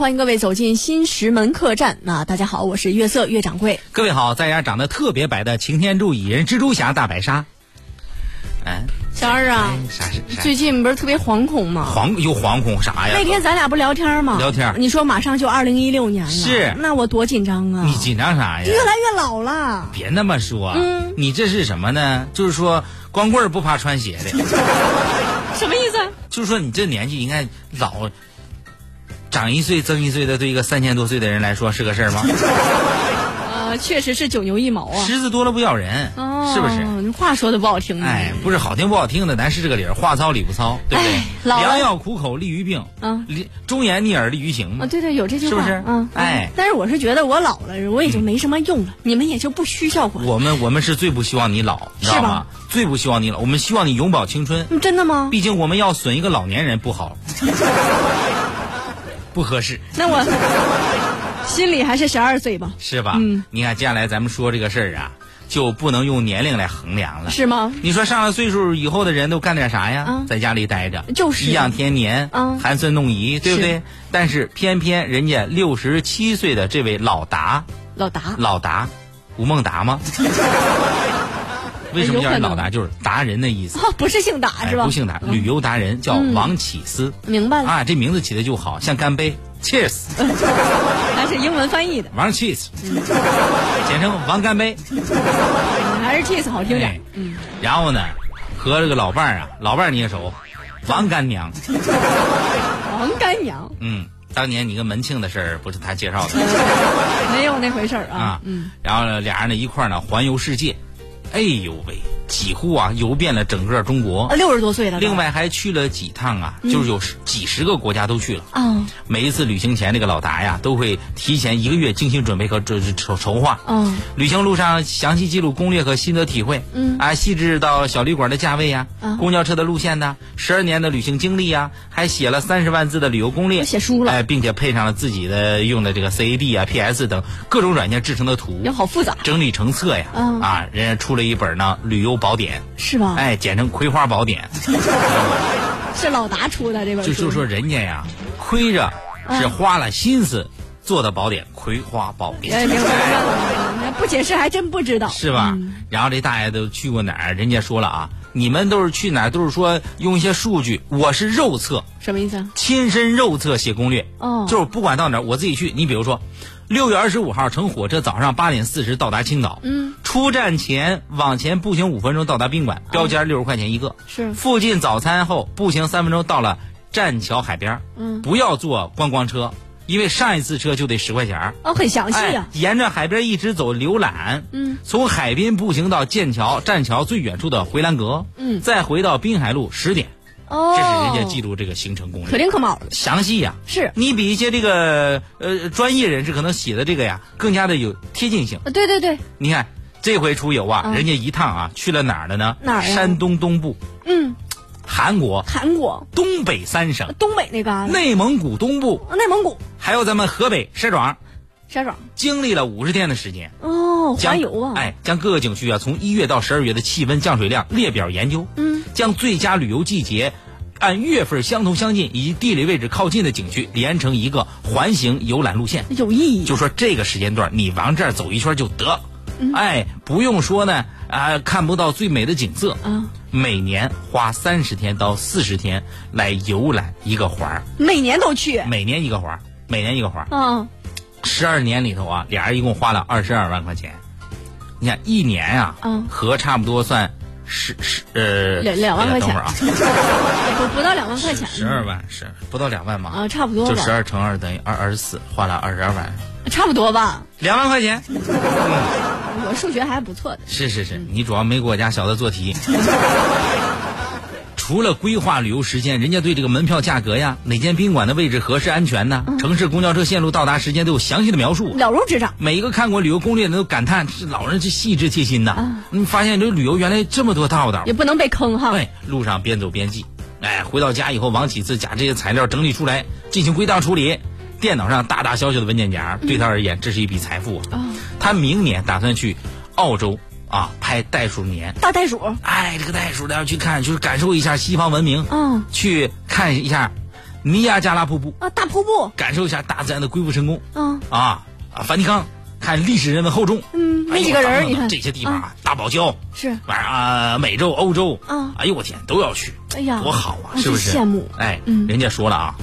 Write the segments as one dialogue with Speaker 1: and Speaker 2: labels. Speaker 1: 欢迎各位走进新石门客栈。那大家好，我是月色月掌柜。
Speaker 2: 各位好，在家长得特别白的擎天柱蚁人蜘蛛侠大白鲨，哎，
Speaker 1: 小二啊
Speaker 2: 哎，啥是啥？
Speaker 1: 最近不是特别惶恐吗？
Speaker 2: 惶又惶恐啥呀？
Speaker 1: 那天咱俩不聊天吗？
Speaker 2: 聊天
Speaker 1: 你说马上就二零一六年了，
Speaker 2: 是
Speaker 1: 那我多紧张啊！
Speaker 2: 你紧张啥呀
Speaker 1: 越？来越老了。
Speaker 2: 别那么说，啊
Speaker 1: 嗯
Speaker 2: 你这是什么呢？就是说光棍儿不怕穿鞋的，
Speaker 1: 什么意思？
Speaker 2: 就是说你这年纪应该老。长一岁增一岁的，对一个三千多岁的人来说是个事儿吗？
Speaker 1: 呃，确实是九牛一毛啊。
Speaker 2: 虱子多了不咬人，
Speaker 1: 哦，
Speaker 2: 是不是？？
Speaker 1: 话说的不好听啊呢。
Speaker 2: 哎，不是好听不好听的，咱是这个理儿，话糙理不糙，对不
Speaker 1: 哎
Speaker 2: 对？
Speaker 1: 老了
Speaker 2: 良药苦口利于病，
Speaker 1: 嗯
Speaker 2: 利忠言逆耳利于行
Speaker 1: 啊，
Speaker 2: 嘛。
Speaker 1: 对对，有这句话，
Speaker 2: 是不是
Speaker 1: 嗯，
Speaker 2: 哎
Speaker 1: 但是我是觉得我老了，我也就没什么用了，你们也就不需要我了。
Speaker 2: 我们我们是最不希望你老，你知道
Speaker 1: 是吧
Speaker 2: 吗？最不希望你老，我们希望你永葆青春。
Speaker 1: 嗯真的吗？
Speaker 2: 毕竟我们要损一个老年人 不好，不合适，
Speaker 1: 那我心里还是十二岁吧，
Speaker 2: 是吧？
Speaker 1: 嗯
Speaker 2: 你看接下来咱们说这个事儿啊，就不能用年龄来衡量了。
Speaker 1: 是吗？
Speaker 2: 你说上了岁数以后的人都干点啥呀？
Speaker 1: 嗯
Speaker 2: 在家里待着，
Speaker 1: 就是
Speaker 2: 颐养天年，
Speaker 1: 嗯
Speaker 2: 寒酸弄怡，对不
Speaker 1: 是
Speaker 2: 对？但是偏偏人家六十七岁的这位老达，
Speaker 1: 老达，
Speaker 2: 老达，吴孟达 吗？为什么叫人老
Speaker 1: 有可
Speaker 2: 达？
Speaker 1: 能
Speaker 2: 就是达人的意思。
Speaker 1: 哦，不是姓达
Speaker 2: 哎，
Speaker 1: 是吧嗯
Speaker 2: 不？姓达，旅游达人叫王启思、
Speaker 1: 明白了，
Speaker 2: 啊，这名字起的就好，像干杯，Cheers，
Speaker 1: 嗯还是英文翻译的，
Speaker 2: 王 Cheers，简称王干杯。
Speaker 1: 还是 cheese 好听
Speaker 2: 哎
Speaker 1: 点。嗯，
Speaker 2: 然后呢，和这个老伴儿啊，老伴儿你也熟，
Speaker 1: 嗯
Speaker 2: 王干娘。
Speaker 1: 王干娘
Speaker 2: 嗯，当年你跟门庆的事儿不是他介绍
Speaker 1: 嗯
Speaker 2: 的
Speaker 1: 没有那回事儿啊
Speaker 2: 啊，，然后呢俩人呢一块儿呢环游世界，哎呦喂，几乎啊游遍了整个中国，
Speaker 1: 六十多岁了，
Speaker 2: 啊另外还去了几趟啊，
Speaker 1: 嗯
Speaker 2: 就是有十几十个国家都去了。
Speaker 1: 啊，
Speaker 2: 每一次旅行前，这个老达呀都会提前一个月精心准备和准筹筹划。
Speaker 1: 嗯，
Speaker 2: 旅行路上详细记录攻略和心得体会，
Speaker 1: 嗯
Speaker 2: 啊，细致到小旅馆的价位呀、
Speaker 1: 啊
Speaker 2: 公交车的路线呐、十二年的旅行经历呀、还写了三十万字的旅游攻略，
Speaker 1: 都写书了
Speaker 2: 哎，并且配上了自己的用的这个 CAD 啊、PS 等各种软件制成的图
Speaker 1: 也，好复杂，
Speaker 2: 整理成册呀，
Speaker 1: 嗯
Speaker 2: 啊，人家出了一本呢旅游宝典，
Speaker 1: 是吧？
Speaker 2: 哎，简称《葵花宝典》
Speaker 1: 是老达出的这本
Speaker 2: 就
Speaker 1: 书
Speaker 2: 就，说人家呀，亏着
Speaker 1: 嗯
Speaker 2: 是花了心思做的宝典，《葵花宝典》
Speaker 1: 哎，明白嗯了，明白了不解释还真不知道，
Speaker 2: 是吧？然后这大爷都去过哪儿？人家说了啊，你们都是去哪儿？都是说用一些数据，我是肉测，
Speaker 1: 什么意思啊？
Speaker 2: 亲身肉测写攻略。
Speaker 1: 哦
Speaker 2: 就是不管到哪儿，我自己去。你比如说，六月二十五号乘火车早上八点四十到达青岛。
Speaker 1: 嗯，
Speaker 2: 出站前往前步行五分钟到达宾馆，标
Speaker 1: 哦
Speaker 2: 间六十块钱一个。
Speaker 1: 是
Speaker 2: 附近早餐后步行三分钟到了栈桥海边。
Speaker 1: 嗯，
Speaker 2: 不要坐观光车，因为上一次车就得十块钱儿。
Speaker 1: 哦，很详细
Speaker 2: 哎
Speaker 1: 啊，，
Speaker 2: 沿着海边一直走浏览，
Speaker 1: 嗯，
Speaker 2: 从海滨步行到剑桥，栈桥最远处的回澜阁，
Speaker 1: 嗯
Speaker 2: 再回到滨海路十点，
Speaker 1: 哦，
Speaker 2: 这是人家记录这个行程攻
Speaker 1: 可
Speaker 2: 略，
Speaker 1: 丁可卯了，
Speaker 2: 详细呀、
Speaker 1: 是，
Speaker 2: 你比一些这个呃专业人士可能写的这个呀更加的有贴近性。
Speaker 1: 啊对对对，
Speaker 2: 你看这回出游啊，
Speaker 1: 嗯
Speaker 2: 人家一趟啊去了哪儿了呢？
Speaker 1: 哪儿呀
Speaker 2: 山东东部、
Speaker 1: 嗯，
Speaker 2: 韩国、
Speaker 1: 韩国、
Speaker 2: 东北三省、
Speaker 1: 东北那旮瘩，哦
Speaker 2: 内蒙古东部，
Speaker 1: 内蒙古、
Speaker 2: 还有咱们河北石庄，
Speaker 1: 沙庄，经
Speaker 2: 经历了五十天的时间。
Speaker 1: 哦，
Speaker 2: 将
Speaker 1: 环游啊，，
Speaker 2: 哎，将各个景区啊，从一月到十二月的气温、降水量列表研究，
Speaker 1: 嗯，
Speaker 2: 将最佳旅游季节按月份相同相近以及地理位置靠近的景区连成一个环形游览路线。
Speaker 1: 有意义，啊
Speaker 2: 就说这个时间段，你往这儿走一圈就得，
Speaker 1: 嗯
Speaker 2: 哎，不用说呢，啊、看不到最美的景色。
Speaker 1: 啊，
Speaker 2: 每年花三十天到四十天来游览一个环儿，
Speaker 1: 每年都去，
Speaker 2: 每年一个环儿，每年一个环儿。
Speaker 1: 啊，
Speaker 2: 十二年里头啊，俩人一共花了二十二万块钱。你看一年啊，
Speaker 1: 嗯
Speaker 2: 合差不多算十十呃
Speaker 1: 两两万块钱
Speaker 2: 等会儿啊，
Speaker 1: 不不到两万块钱，
Speaker 2: 十二万是不到两万嘛？
Speaker 1: 啊，差不多
Speaker 2: 就十
Speaker 1: 吧，
Speaker 2: 二乘二等于二二十四，花了二十二万，
Speaker 1: 差不多吧，
Speaker 2: 两万块钱。
Speaker 1: 我数学还不错的，
Speaker 2: 是是是，你主要没给我家小子做题。 除了规划旅游时间，人家对这个门票价格呀、哪间宾馆的位置合适安全呢、
Speaker 1: 嗯
Speaker 2: 城市公交车线路到达时间都有详细的描述。
Speaker 1: 了如指掌，
Speaker 2: 每一个看过旅游攻略的都感叹，这老人是细致贴心呐、你发现这旅游原来这么多道道
Speaker 1: 也。不能被坑哈，
Speaker 2: 哎，路上边走边记，哎，回到家以后，王启自把这些材料整理出来，进行归档处理。电脑上大大小小的文件夹，对他而言，这是一笔财富啊。他明年打算去澳洲啊拍袋鼠年，
Speaker 1: 大袋鼠，哦
Speaker 2: 哎，这个袋鼠呢要去看，就是感受一下西方文明，
Speaker 1: 嗯
Speaker 2: 去看一下尼亚加拉瀑布，
Speaker 1: 啊，大瀑布，
Speaker 2: 感受一下大自然的鬼斧神工
Speaker 1: 啊，
Speaker 2: 啊啊！梵蒂冈看历史人文厚重，
Speaker 1: 嗯，
Speaker 2: 哎
Speaker 1: 没
Speaker 2: 呦
Speaker 1: 几个人
Speaker 2: 等
Speaker 1: 儿，
Speaker 2: 等
Speaker 1: 你看
Speaker 2: 这些地方
Speaker 1: 啊，
Speaker 2: 啊，大堡礁，
Speaker 1: 是，
Speaker 2: 玩意儿啊，美洲、欧洲，
Speaker 1: 嗯
Speaker 2: 哎呦我天，都要去，
Speaker 1: 哎呀
Speaker 2: 多好啊，
Speaker 1: 啊
Speaker 2: 是不是？
Speaker 1: 真羡慕
Speaker 2: 哎，
Speaker 1: 嗯
Speaker 2: 人家说了啊，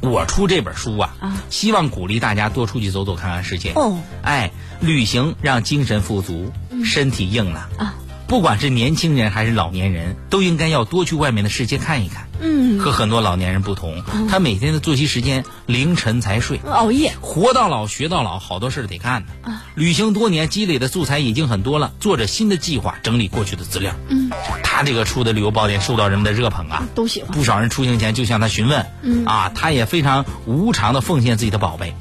Speaker 2: 我出这本书啊，
Speaker 1: 啊
Speaker 2: 希望鼓励大家多出去走走，看看世界。
Speaker 1: 哦，嗯
Speaker 2: 哎，旅行让精神富足，身体硬朗
Speaker 1: 啊。
Speaker 2: 不管是年轻人还是老年人，都应该要多去外面的世界看一看。
Speaker 1: 嗯，
Speaker 2: 和很多老年人不同，他每天的作息时间凌晨才睡，
Speaker 1: 熬夜，
Speaker 2: 活到老学到老，好多事儿得干呢。旅行多年积累的素材已经很多了，做着新的计划，整理过去的资料。
Speaker 1: 嗯，
Speaker 2: 他这个出的旅游宝典受到人们的热捧啊，
Speaker 1: 都喜欢，
Speaker 2: 不少人出行前就向他询问。
Speaker 1: 嗯
Speaker 2: 啊，他也非常无偿的奉献自己的宝贝。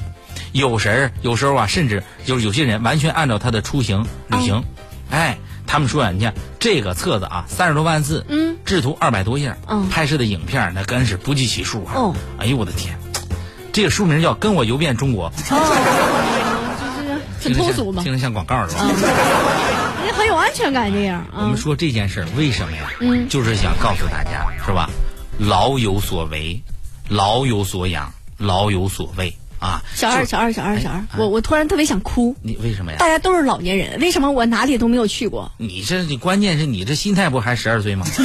Speaker 2: 有时儿有时候啊，甚至就是有些人完全按照他的出行旅
Speaker 1: 哦
Speaker 2: 行，哎，他们说啊，你看这个册子啊，三十多万字，
Speaker 1: 嗯，
Speaker 2: 制图二百多页，
Speaker 1: 嗯
Speaker 2: 拍摄的影片儿那更是不计其数啊。
Speaker 1: 哦，
Speaker 2: 哎呦我的天，这个书名叫《跟我游遍中国》，
Speaker 1: 很
Speaker 2: 听着
Speaker 1: 通
Speaker 2: 像
Speaker 1: 俗嘛，
Speaker 2: 听着像广告是吧？
Speaker 1: 人家很有安全感这样
Speaker 2: 我
Speaker 1: 啊
Speaker 2: 们，说这件事儿为什么呀？
Speaker 1: 嗯
Speaker 2: 就是想告诉大家，是吧？老有所为，老有所养，老有所为啊。
Speaker 1: 小二，
Speaker 2: 就，
Speaker 1: 小二，小二，
Speaker 2: 哎
Speaker 1: 小二，
Speaker 2: 哎
Speaker 1: 我我突然特别想哭，
Speaker 2: 你为什么呀
Speaker 1: 大？家都是老年人，为什么我哪里都没有去过？
Speaker 2: 你这你关键是你这心态不还十二岁吗？ 对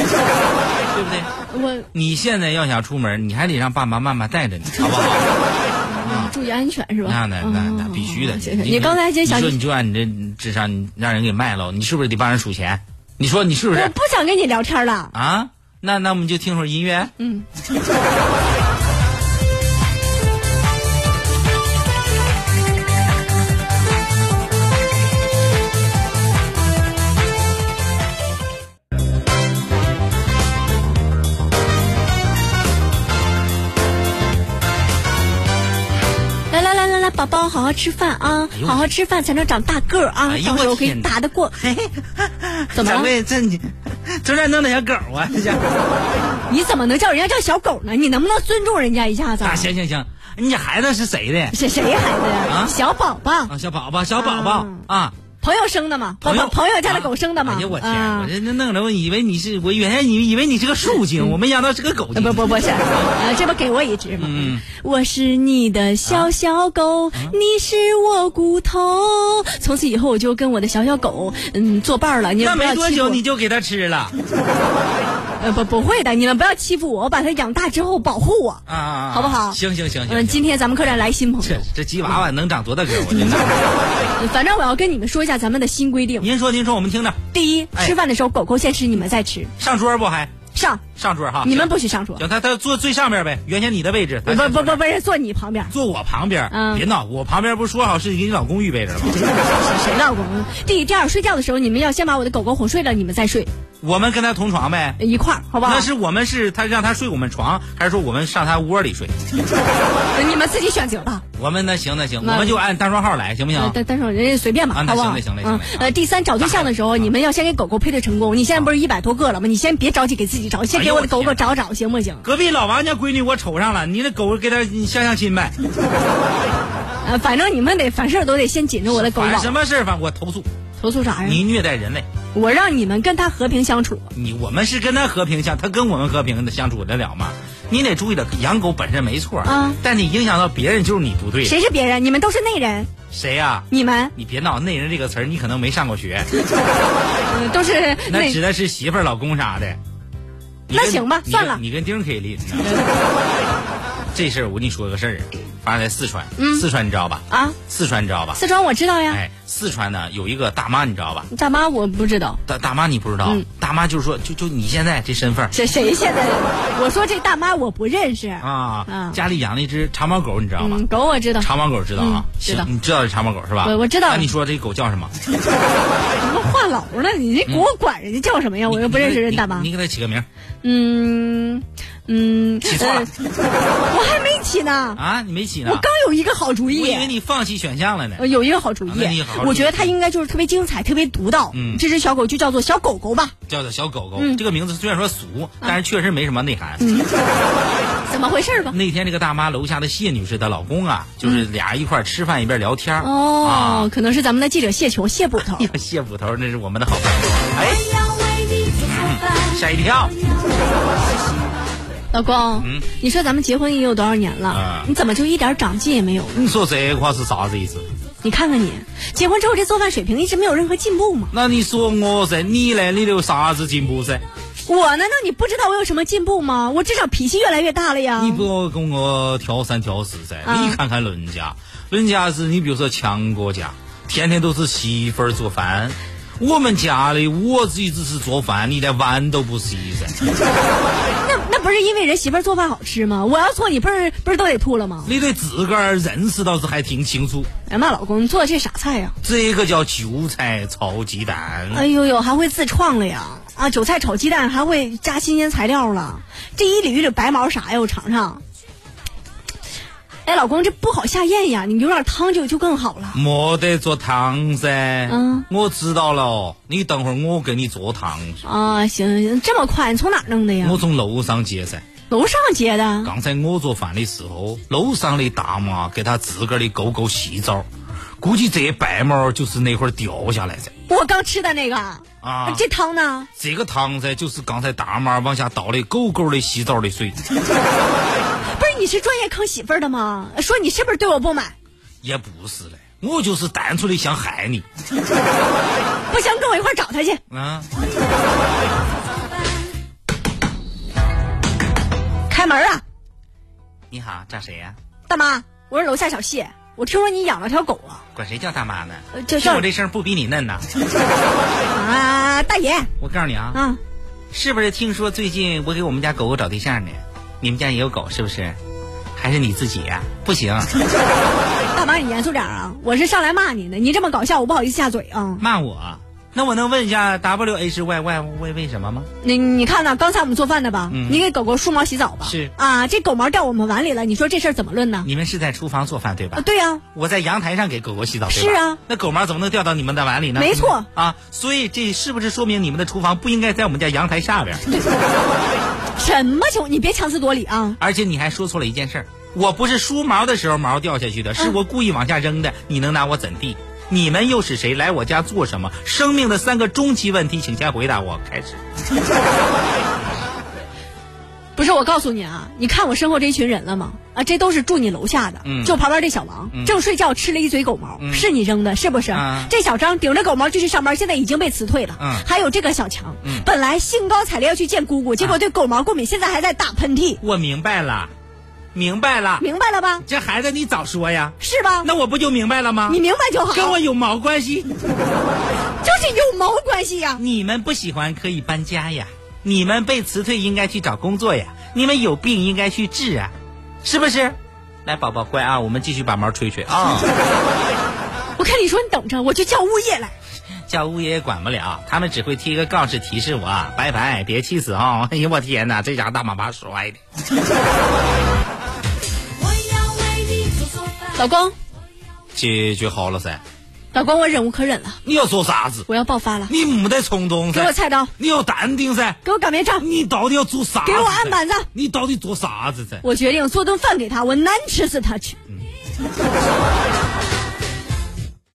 Speaker 2: 不对？
Speaker 1: 我
Speaker 2: 你现在要想出门，你还得让爸爸妈妈带着你，好不好？
Speaker 1: 注意安全是吧？
Speaker 2: 啊那那那那
Speaker 1: 哦
Speaker 2: 必须的。
Speaker 1: 行行你刚才还真想
Speaker 2: 你说你就按你这智商，你让人给卖了，你是不是得帮人数钱？你说你是不
Speaker 1: 我
Speaker 2: 是
Speaker 1: 不想跟你聊天了。
Speaker 2: 啊？那那我们就听会儿音乐。
Speaker 1: 嗯，来来来来来，宝宝好好吃饭啊
Speaker 2: 哎，呦
Speaker 1: 好好吃饭才能长大个儿啊
Speaker 2: 哎，呦
Speaker 1: 到时
Speaker 2: 我
Speaker 1: 候可以
Speaker 2: 天哪
Speaker 1: 打得过。 怎么
Speaker 2: 掌
Speaker 1: 了？
Speaker 2: 柜，这你昨天弄的小狗啊， 这家伙
Speaker 1: 你怎么能叫人家叫小狗呢？你能不能尊重人家一下子啊？
Speaker 2: 啊，行行行，你孩子是谁的？
Speaker 1: 谁谁孩子呀？
Speaker 2: 啊
Speaker 1: 小宝宝，
Speaker 2: 啊，小宝宝，小宝宝啊，
Speaker 1: 朋友生的嘛？朋友朋友家的狗生的嘛？
Speaker 2: 哎呀，我天，
Speaker 1: 啊
Speaker 2: 我这这弄着，我以为你是，我原先以以为你是个树精，我没想到是个狗精。
Speaker 1: 呃不不不是，啊，这不给我一只吗？
Speaker 2: 嗯
Speaker 1: 我是你的小小狗，
Speaker 2: 啊
Speaker 1: 你是我骨头。从此以后，我就跟我的小小狗，嗯，作伴儿了。你
Speaker 2: 那
Speaker 1: 们不
Speaker 2: 没
Speaker 1: 要
Speaker 2: 多
Speaker 1: 欺负
Speaker 2: 久
Speaker 1: 我
Speaker 2: 你，就给它 吃了啊
Speaker 1: 呃，不不会的，你们不要欺负我，我把它养大之后保护我。
Speaker 2: 啊啊，
Speaker 1: 好不好
Speaker 2: 行行行
Speaker 1: 嗯，
Speaker 2: 行，
Speaker 1: 今天咱们客栈来新朋
Speaker 2: 这
Speaker 1: 友，
Speaker 2: 这吉娃娃能长多大个儿？我真的。
Speaker 1: 反正我要跟你们说一下咱们的新规定。
Speaker 2: 您说您说，我们听着，
Speaker 1: 第一，
Speaker 2: 哎
Speaker 1: 吃饭的时候狗狗先吃，你们再吃。
Speaker 2: 上桌不还
Speaker 1: 上，
Speaker 2: 上桌哈？
Speaker 1: 你们
Speaker 2: 啊行
Speaker 1: 不许上桌，
Speaker 2: 行，他他坐最上边呗，原先你的位置，
Speaker 1: 不
Speaker 2: 他
Speaker 1: 不不不是坐你旁边。
Speaker 2: 坐我旁边。
Speaker 1: 嗯
Speaker 2: 别闹，我旁边不是说好是给你老公预备着了吗？
Speaker 1: 谁闹过？第第二，睡觉的时候你们要先把我的狗狗哄睡了，你们再睡
Speaker 2: 我们跟他同床呗。
Speaker 1: 一块儿，好不好？
Speaker 2: 那是我们是他让他睡我们床，还是说我们上他窝里睡？
Speaker 1: 你们自己选择吧。
Speaker 2: 我们那行那行，
Speaker 1: 那
Speaker 2: 我们就按单双号来，行不行？
Speaker 1: 但但是人家随便
Speaker 2: 啊
Speaker 1: 吧，
Speaker 2: 那
Speaker 1: 好不好？
Speaker 2: 行那行那
Speaker 1: 嗯
Speaker 2: 行啊那
Speaker 1: 呃，第三，找对象的时候你们要先给狗狗配对成功。你现在不是一百多个了吗？你先别着急给自己找，先
Speaker 2: 哎
Speaker 1: 给
Speaker 2: 呦
Speaker 1: 我的
Speaker 2: 我
Speaker 1: 狗
Speaker 2: 天
Speaker 1: 狗找找，行不行？
Speaker 2: 隔壁老王家闺女我瞅上了，你那狗给他相相亲呗。
Speaker 1: 呃，反正你们得凡事都得先紧着我的狗嗯
Speaker 2: 反正
Speaker 1: 狗
Speaker 2: 什。么事儿，反正我投诉
Speaker 1: 投诉啥呀？
Speaker 2: 你虐待人类，
Speaker 1: 我让你们跟它和平相处。
Speaker 2: 你我们是跟他和平相，他跟我们和平的相处得了吗？你得注意了，养狗本身没错，
Speaker 1: 啊
Speaker 2: 但你影响到别人就是你不对。
Speaker 1: 谁是别人？你们都是内人，
Speaker 2: 谁呀、
Speaker 1: 你们
Speaker 2: 你别闹，内人这个词儿你可能没上过学，
Speaker 1: 呃都是
Speaker 2: 那
Speaker 1: 内
Speaker 2: 指的是媳妇儿、老公啥的。你
Speaker 1: 那
Speaker 2: 跟
Speaker 1: 行吧
Speaker 2: 你
Speaker 1: 算
Speaker 2: 跟
Speaker 1: 了
Speaker 2: 你跟丁儿可以离。 这事儿我跟你说个事儿，发生在四川。四川你知道吧？
Speaker 1: 啊。
Speaker 2: 四川你知道吧？
Speaker 1: 四川我知道呀，
Speaker 2: 哎，四川呢有一个大妈，你知道吧？
Speaker 1: 大妈我不知道。
Speaker 2: 大大妈你不知道，
Speaker 1: 嗯
Speaker 2: 大妈就是说，就就你现在这身份儿
Speaker 1: 谁谁现在？我说这大妈我不认识。
Speaker 2: 啊，
Speaker 1: 啊
Speaker 2: 家里养了一只长毛狗，你知道吗？
Speaker 1: 嗯，狗我知道，
Speaker 2: 长毛狗知道啊
Speaker 1: 嗯，知道
Speaker 2: 行你知道这长毛狗是吧？
Speaker 1: 我我知道
Speaker 2: 那你说这狗叫什么？
Speaker 1: 什么话痨呢？你这给我管人家叫什么呀？ 我又不认识人大妈
Speaker 2: 嗯你。你给它起个名儿
Speaker 1: 嗯嗯，
Speaker 2: 起错了
Speaker 1: 呃 我还没起呢，
Speaker 2: 啊？你没起呢？
Speaker 1: 我刚有一个好主
Speaker 2: 我
Speaker 1: 意
Speaker 2: 以。为你放弃选项了呢。
Speaker 1: 呃有一个好主
Speaker 2: 啊
Speaker 1: 意
Speaker 2: 那你好好，
Speaker 1: 我觉得
Speaker 2: 主意
Speaker 1: 它应该就是特别精彩、特别独到。
Speaker 2: 嗯
Speaker 1: 这只小狗就叫做小狗狗吧？
Speaker 2: 叫它小狗狗，
Speaker 1: 嗯啊
Speaker 2: 这个名字虽然说俗，但是确实没什么内涵。
Speaker 1: 怎么回事吧？
Speaker 2: 那天这个大妈楼下的谢女士的老公啊，就是俩一块儿吃饭一边聊天儿啊
Speaker 1: 嗯哦，可能是咱们的记者谢琼谢捕头
Speaker 2: 哎。呀，谢捕头，那是我们的
Speaker 1: 嗯
Speaker 2: 嗯好朋友。哎，吓一跳。
Speaker 1: 老公，你说咱们结婚也有多少年了，
Speaker 2: 啊
Speaker 1: 你怎么就一点长进也没有呢？
Speaker 2: 你说这话是啥子意思？
Speaker 1: 你看看你，结婚之后这做饭水平一直没有任何进步嘛？
Speaker 2: 那你说我噻，你嘞，你有啥子进步噻？
Speaker 1: 我难道你不知道我有什么进步吗？我至少脾气越来越大了呀。
Speaker 2: 你不要跟我挑三挑四噻，
Speaker 1: 啊
Speaker 2: 你看看人家，人家是你比如说强哥家，天天都是媳妇儿做饭。我们家里我自己只是做饭，你连碗都不洗噻。
Speaker 1: 那那不是因为人媳妇儿做饭好吃吗？我要做你不是不是都得吐了吗？
Speaker 2: 你对自个儿认识倒是还挺清楚，
Speaker 1: 哎呀妈，老公，你做的这啥菜啊呀、
Speaker 2: 这个叫韭菜炒鸡蛋。
Speaker 1: 哎呦呦，还会自创了呀！啊，韭菜炒鸡蛋还会加新鲜材料了，这一缕一缕白毛啥呀？我尝尝。哎，老公，这不好下咽呀，你有点汤就就更好了。
Speaker 2: 没得做汤噻，
Speaker 1: 嗯
Speaker 2: 我知道了。你等会儿我给你做汤，
Speaker 1: 啊，行行，这么快，你从哪儿弄的呀？
Speaker 2: 我从楼上接噻。
Speaker 1: 楼上接的。
Speaker 2: 刚才我做饭的时候，楼上的大妈给她自个儿的狗狗洗澡，估计这白毛就是那会儿掉下来噻。
Speaker 1: 我刚吃的那个
Speaker 2: 啊
Speaker 1: 这汤呢？
Speaker 2: 这个汤噻，就是刚才大妈往下倒的狗狗的洗澡的水，
Speaker 1: 不是你是专业坑媳妇儿的吗？说你是不是对我不满？
Speaker 2: 也不是嘞，我就是单纯的想害你
Speaker 1: 不行，跟我一块儿找他去。
Speaker 2: 啊！
Speaker 1: 开门啊，
Speaker 2: 你好，找谁啊呀、
Speaker 1: 大妈，我是楼下小谢，我听说你养了条狗啊？
Speaker 2: 管谁叫大妈呢？
Speaker 1: 呃这
Speaker 2: 听
Speaker 1: 叫
Speaker 2: 我这声儿不比你嫩 呐！
Speaker 1: 啊，大爷
Speaker 2: 我告诉你啊，
Speaker 1: 啊，
Speaker 2: 是不是听说最近我给我们家狗狗找对象呢？你们家也有狗是不是？还是你自己呀、不行，
Speaker 1: 大妈你严肃点儿啊，我是上来骂你的，你这么搞笑，我不好意思下嘴啊。
Speaker 2: 骂我。那我能问一下 W H Y Y 为为什么吗？
Speaker 1: 你你看呢？刚才我们做饭的吧，你给狗狗梳毛洗澡吧？
Speaker 2: 嗯是
Speaker 1: 啊，这狗毛掉我们碗里了，你说这事儿怎么论呢？
Speaker 2: 你们是在厨房做饭对吧？
Speaker 1: 啊，对呀、
Speaker 2: 我在阳台上给狗狗洗澡对吧？
Speaker 1: 是啊，
Speaker 2: 那狗毛怎么能掉到你们的碗里呢？
Speaker 1: 没错
Speaker 2: 啊，所以这是不是说明你们的厨房不应该在我们家阳台下边？
Speaker 1: 什么球？你别强词夺理啊！
Speaker 2: 而且你还说错了一件事儿，我不是梳毛的时候毛掉下去
Speaker 1: 嗯
Speaker 2: 的，是我故意往下扔的，你能拿我怎地？你们又是谁？来我家做什么？生命的三个终极问题，请先回答我。开始，
Speaker 1: 不是，我告诉你啊，你看我身后这一群人了吗？啊，这都是住你楼下的，
Speaker 2: 嗯
Speaker 1: 就旁边这小王、正睡觉吃了一嘴狗毛，是你扔的，是不是？
Speaker 2: 啊
Speaker 1: 这小张顶着狗毛就去上班，现在已经被辞退了。
Speaker 2: 嗯
Speaker 1: 还有这个小强、本来兴高采烈要去见姑姑，结
Speaker 2: 啊
Speaker 1: 果对狗毛过敏，现在还在打喷嚏，
Speaker 2: 我明白了，明白了。
Speaker 1: 明白了吧？
Speaker 2: 这孩子，你早说呀！
Speaker 1: 是吧？
Speaker 2: 那我不就明白了吗
Speaker 1: 你？明白就好，
Speaker 2: 跟我有毛关系？
Speaker 1: 就是有毛关系呀、
Speaker 2: 你们不喜欢可以搬家呀，你们被辞退应该去找工作呀，你们有病应该去治啊，是不是？来，宝宝乖啊，我们继续把毛吹吹啊。
Speaker 1: 我看你说你等着，我就叫物业来。
Speaker 2: 叫物业也管不了，他们只会贴个告示提示我，拜拜，别气死啊、 哎呦我天哪，这家伙大马趴摔的。
Speaker 3: 我要为你做做饭。
Speaker 1: 老公，
Speaker 2: 解决好了噻，
Speaker 1: 老公，我忍无可忍了，
Speaker 2: 你要做啥子？
Speaker 1: 我要爆发了，
Speaker 2: 你没得冲动
Speaker 1: 给我菜刀，
Speaker 2: 你要淡定噻，
Speaker 1: 给我擀面杖，
Speaker 2: 你到底要做啥
Speaker 1: 给我案板子
Speaker 2: 你到底做啥子噻？
Speaker 1: 我决定做顿饭给他，我难吃死他去。